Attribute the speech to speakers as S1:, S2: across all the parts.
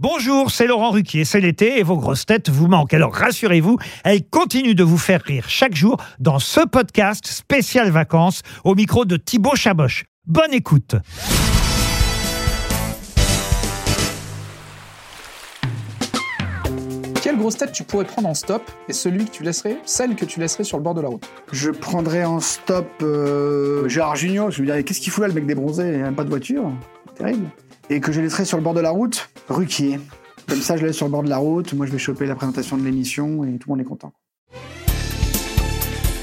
S1: Bonjour, c'est Laurent Ruquier, c'est l'été et vos grosses têtes vous manquent. Alors rassurez-vous, elles continuent de vous faire rire chaque jour dans ce podcast spécial vacances au micro de Thibaut Chaboch. Bonne écoute.
S2: Quelle grosse tête tu pourrais prendre en stop et celui que tu laisserais, celle que tu laisserais sur le bord de la route
S3: Je prendrais en stop euh, Gérard Junior. Je me dirais, qu'est-ce qu'il fout là, le mec des bronzés Il n'y a même pas de voiture. Terrible. Et que je laisserais sur le bord de la route Ruquier. Comme ça, je le laisse sur le bord de la route. Moi, je vais choper la présentation de l'émission et tout le monde est content.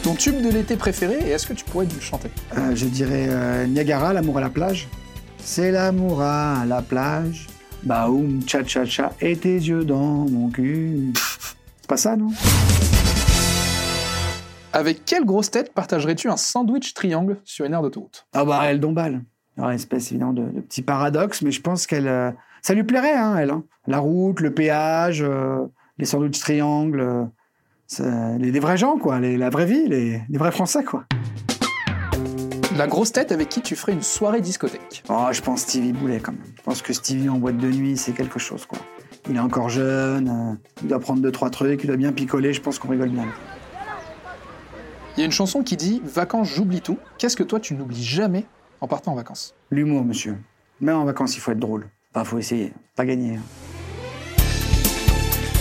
S2: Ton tube de l'été préféré et est-ce que tu pourrais nous le chanter
S3: Euh, je dirais euh, Niagara, l'amour à la plage. C'est l'amour à la plage. Baoum, cha cha cha, et tes yeux dans mon cul. C'est pas ça, non
S2: Avec quelle grosse tête partagerais-tu un sandwich triangle sur une aire d'autoroute
S3: Ah bah elle dombale. Alors, une espèce évidemment de, de petit paradoxe, mais je pense qu'elle, euh, ça lui plairait, hein, elle. hein. La route, le péage, euh, les sandwichs triangles, euh, ça- les, des vrais gens, quoi, les- la vraie vie, les, les vrais Français, quoi.
S2: La grosse tête avec qui tu ferais une soirée discothèque
S3: Oh, je pense Stevie Boulet quand même. Je pense que Stevie en boîte de nuit, c'est quelque chose, quoi. Il est encore jeune, euh, il doit prendre deux trois trucs, il doit bien picoler. Je pense qu'on rigole bien.
S2: Il y a une chanson qui dit Vacances, j'oublie tout. Qu'est-ce que toi tu n'oublies jamais en partant en vacances
S3: L'humour, monsieur. Même en vacances, il faut être drôle. Enfin, faut essayer, pas gagner. hein.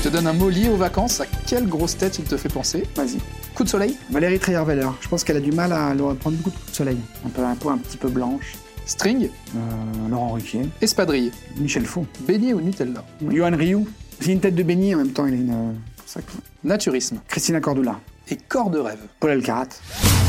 S2: Je te donne un mot lié aux vacances, à quelle grosse tête il te fait penser
S3: Vas-y.
S2: Coup de soleil
S3: Valérie Trierweiler. Je pense qu'elle a du mal à elle doit prendre beaucoup de coups de soleil. Un peu un peau un petit peu blanche.
S2: String
S3: Euh, Laurent Ruquier,
S2: Espadrille
S3: Michel Faux,
S2: Bélier au Nutella
S3: Johan Rioux. C'est une tête de béni en même temps, il a une. euh, ça, quoi.
S2: Naturisme
S3: Christina Cordula,
S2: et corps de rêve.
S3: Paul Elkarat.